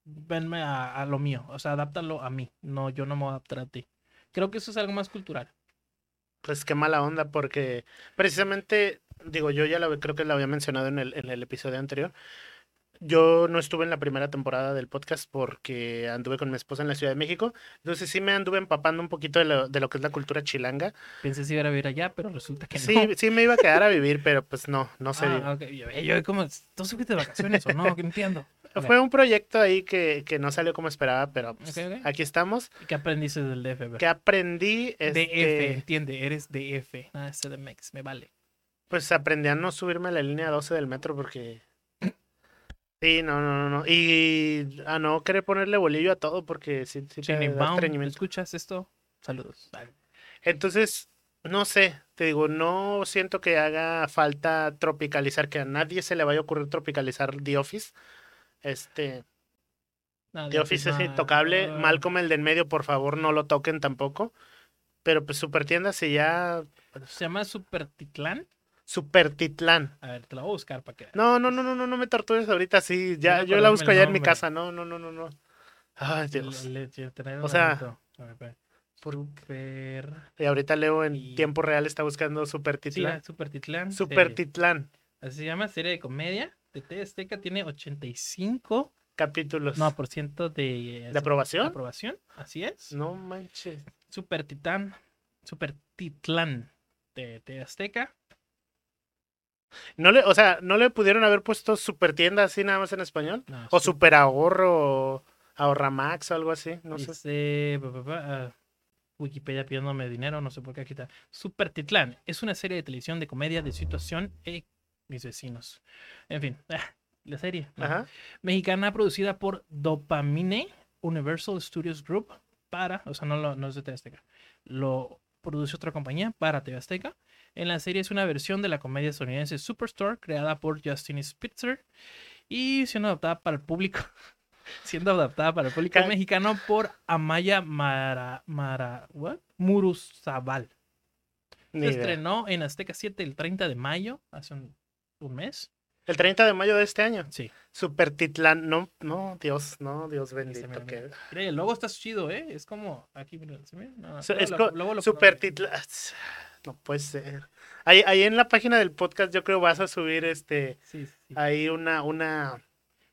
venme a, a lo mío, o sea, adáptalo a mí, no, yo no me voy a adaptar a ti. Creo que eso es algo más cultural.
Pues qué mala onda, porque precisamente, digo, yo ya la, creo que la había mencionado en el, en el episodio anterior. Yo no estuve en la primera temporada del podcast porque anduve con mi esposa en la Ciudad de México. Entonces sí me anduve empapando un poquito de lo, de lo que es la cultura chilanga.
Pensé si iba a vivir allá, pero resulta que
Sí,
no.
sí me iba a quedar a vivir, pero pues no, no se dio.
Ah, ok, Yo, yo como, ¿tú fuiste de vacaciones o no? Que no entiendo. Ok.
Fue un proyecto ahí que, que no salió como esperaba, pero pues,
Ok, Pues ok.
aquí estamos.
*laughs* ¿Qué aprendiste del DF? bro?
Que aprendí,
DF,
este,
entiende, eres DF. Nada, este de Mex, me vale.
pues aprendí a no subirme a la línea 12 del metro porque... Sí, no, no, no, no. Y a no querer ponerle bolillo a todo porque sí, sí te da
Sheinbaum,
estreñimiento.
¿escuchas esto? Saludos.
Entonces, no sé, te digo, no siento que haga falta tropicalizar, que a nadie se le vaya a ocurrir tropicalizar The Office. Este,
Nada,
The Office es
mal.
intocable, mal como el de en medio, por favor, no lo toquen tampoco. Pero pues Supertienda si ya
Se llama Supertitlán.
Supertitlán.
A ver, te la voy a buscar para que veas.
No, no, no, no, no, no me tortures ahorita, sí, ya
Quiero
yo la
acordarme el
busco allá en mi
nombre.
casa, no, no, no, no, no. Ay, Dios.
Le- le- tiene- tener
O
un
sea,
momento. A ver, espera. Super.
Y ahorita Leo en
Y-
tiempo real está buscando
Sí,
Supertitlán.
la Supertitlán. serie.
Supertitlán,
Así se llama, serie de comedia. De TV Azteca tiene 85
capítulos.
no, por ciento de, eh,
¿De aprobación?
aprobación. Así es.
No manches.
Super Titán. Super Titlán de TV Azteca.
No le, o sea, ¿no le pudieron haber puesto super tienda así nada más en español?
No,
O
Sup-
super ahorro, o ahorramax o algo así, no sé.
Dice, pa, pa, pa, ah, Wikipedia pidiéndome dinero, no sé por qué aquí está. Super Titlán es una serie de televisión de comedia de situación y mis vecinos. En fin, *laughs* ah, la serie. no.
Ajá.
Mexicana producida por Dopamine Universal Studios Group para, o sea, no, lo- no es de TV Azteca. Lo produce otra compañía para TV Azteca. En la serie es una versión de la comedia estadounidense Superstore creada por Justin Spitzer y siendo adaptada para el público *laughs* siendo adaptada para el público
Ca-
mexicano por Amaya Mara, Mara what? Muruzabal.
Ni
Se
idea.
estrenó en Azteca 7 el 30 de mayo, hace un, un mes.
El 30 de mayo de este año.
Sí.
Super titlán, no, no, Dios, no, Dios bendito.
mira,
que-
Mira, y el logo está chido, ¿eh? Es como aquí, mira, ¿sí ven? No, no,
So-
luego
es
lo-
co-
luego lo
super
pongo.
titlán. No puede ser. Ahí, ahí en la página del podcast yo creo vas a subir este,
Sí, sí, sí.
ahí una, una,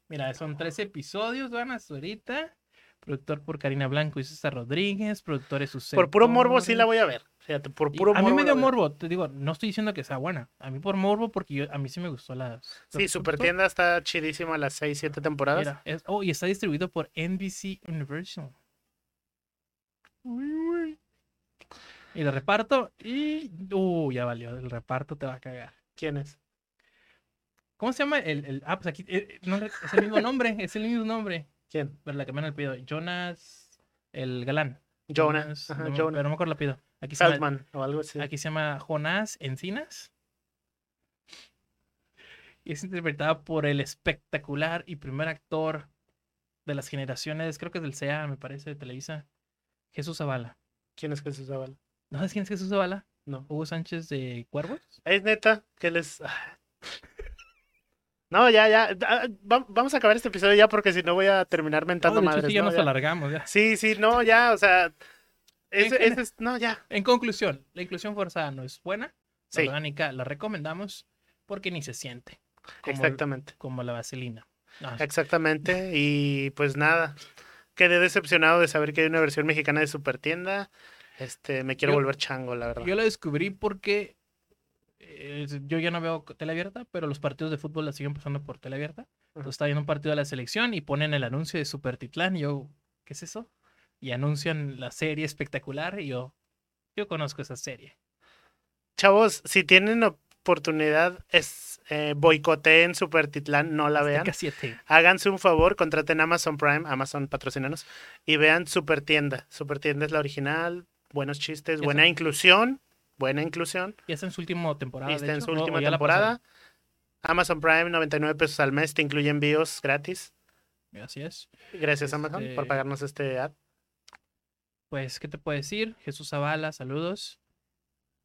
Mira, son tres episodios, van hasta ahorita. Productor por Karina Blanco y César Rodríguez, productores sus
por puro morbo sí la voy a ver. Fíjate, por puro
a
morbo.
mí me
la
dio
voy a ver.
morbo, te digo, no estoy diciendo que sea buena. A mí por morbo, porque yo, a mí sí me gustó la.
Sí, super tienda está chidísima las 6, 7 temporadas.
Mira, es- oh, y está distribuido por NBC Universal. Uy, uy. Y el reparto, y. Uh, ya valió, el reparto te va a cagar.
¿Quién es?
¿Cómo se llama el, el- ah, pues aquí eh, eh, no le- es el mismo nombre, es el mismo nombre.
¿Quién?
Pero la que me el pido. Jonas, el galán.
Jonas.
no
Ajá,
me-
Jonas.
Pero no me acuerdo el pido. Aquí se, llama,
Feldman o algo así.
aquí se llama Jonas Encinas. Y es interpretada por el espectacular y primer actor de las generaciones, creo que es del CEA, me parece, de Televisa, Jesús Zavala.
¿Quién es Jesús Zavala?
¿No sabes quién es Jesús Zavala?
No.
Hugo Sánchez de Cuervos.
Es neta que les. *laughs* No, ya, ya. ah, va- Vamos a acabar este episodio ya porque si no voy a terminar
Oh,
mentando
de hecho,
madres.
sí, ya
¿no?
nos
Ya.
alargamos. ya.
Sí, sí, no, ya, o sea. Eso,
Déjenme.
eso es, no, ya.
En conclusión, la inclusión forzada no es buena. La
Sí.
orgánica la recomendamos porque ni se siente. Como,
Exactamente.
Como la vaselina. Ah,
Exactamente. Y pues nada. Quedé decepcionado de saber que hay una versión mexicana de Supertienda. Este, me quiero
Yo-
volver chango, la verdad.
yo la descubrí porque eh, yo ya no veo tele abierta, pero los partidos de fútbol la siguen pasando por tele abierta. Entonces está viendo un partido de la selección y ponen el anuncio de Super Titlán y yo, ¿qué es eso? Y anuncian la serie espectacular y yo, yo conozco esa serie.
Chavos, si tienen oportunidad, es eh, boicoteen Supertitlán, no la vean.
Azteca 7.
Háganse un favor, contraten Amazon Prime, Amazon patrocinanos, y vean Supertienda. Supertienda es la original, buenos chistes,
Eso.
buena inclusión, buena inclusión.
Ya está en su última temporada.
y
Ah, de
está en
hecho,
su
o- o
última
ya la pasaron.
temporada. Amazon Prime, 99 pesos al mes, te incluye envíos gratis.
Así es.
Gracias Amazon por
Este-
pagarnos este ad.
Pues, ¿qué te puedo decir? Jesús Zavala, saludos.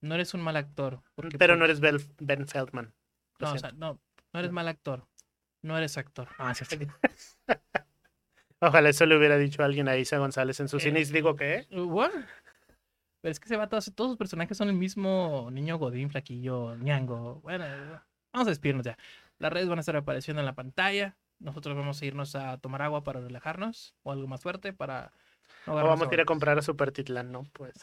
No eres un mal actor. porque
Mm, Pero
por-
no eres Bel- Ben Feldman.
No,
lo
o
siento.
sea, no, no eres mal actor. No eres actor. Ah, sí, sí.
Ojalá eso le hubiera dicho alguien a Isa González en sus
Eh.
cines. Digo que
What? Pero es que se va todos, todos sus personajes son el mismo niño Godín, flaquillo, ñango. Bueno, vamos a despedirnos ya. Las redes van a estar apareciendo en la pantalla. Nosotros vamos a irnos a tomar agua para relajarnos o algo más fuerte para no
o
agarrar
vamos a ir a
sabores.
comprar a Super Titlán, ¿no? Pues.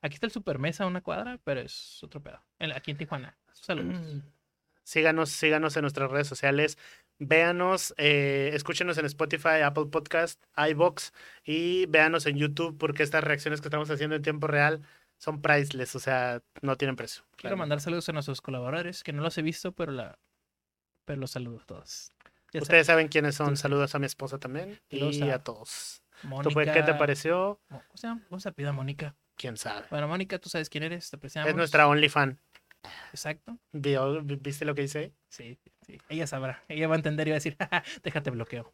Aquí está el supermesa a una cuadra, pero es otro pedo. En- Aquí en Tijuana. Saludos.
Mm. Síganos, síganos en nuestras redes sociales. Véanos, eh, escúchenos en Spotify, Apple Podcast, iBox y véanos en YouTube porque estas reacciones que estamos haciendo en tiempo real son priceless, o sea, no tienen precio.
Quiero mandar saludos a nuestros colaboradores, que no los he visto, pero la pero los saludo a todos. Ya
Ustedes saben quiénes son.
Entonces,
Saludos a mi esposa también
saludos
y
a
a todos.
sabes,
¿Tú fue- ¿Qué te
Mónica-
pareció?
Mo- ¿Cómo se llama? Vamos a pedir a Mónica.
¿Quién sabe?
Bueno, Mónica, tú sabes quién eres, te apreciamos.
Es nuestra OnlyFan.
Exacto.
Vio- vi- ¿Viste lo que hice?
*laughs* Sí,
ahí?
sí. Ella sabrá. Ella va a entender y va a decir, *laughs* "Ja, ja, déjate bloqueo.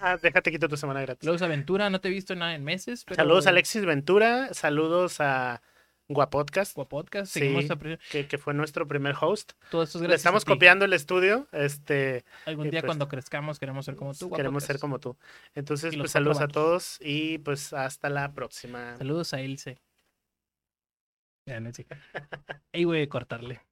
Ah, déjate quito tu semana gratis.
Luz Aventura, no te he visto en, en meses. Pero
Saludos a Alexis Ventura, saludos a Guapodcast,
Guapodcast,
Sí.
seguimos aprendiendo.
que, que fue nuestro primer host.
Todo esto es
Le
gracias. a
estamos
ti.
copiando el estudio. Este,
Algún
y
día
pues,
cuando crezcamos queremos ser como tú.
queremos ser
Guapodcast.
como tú. Entonces,
Y los
pues saludos a
cuatro
todos y pues hasta la próxima. *laughs*
Saludos a Ilse. Ya, no, sí. Ahí voy a cortarle.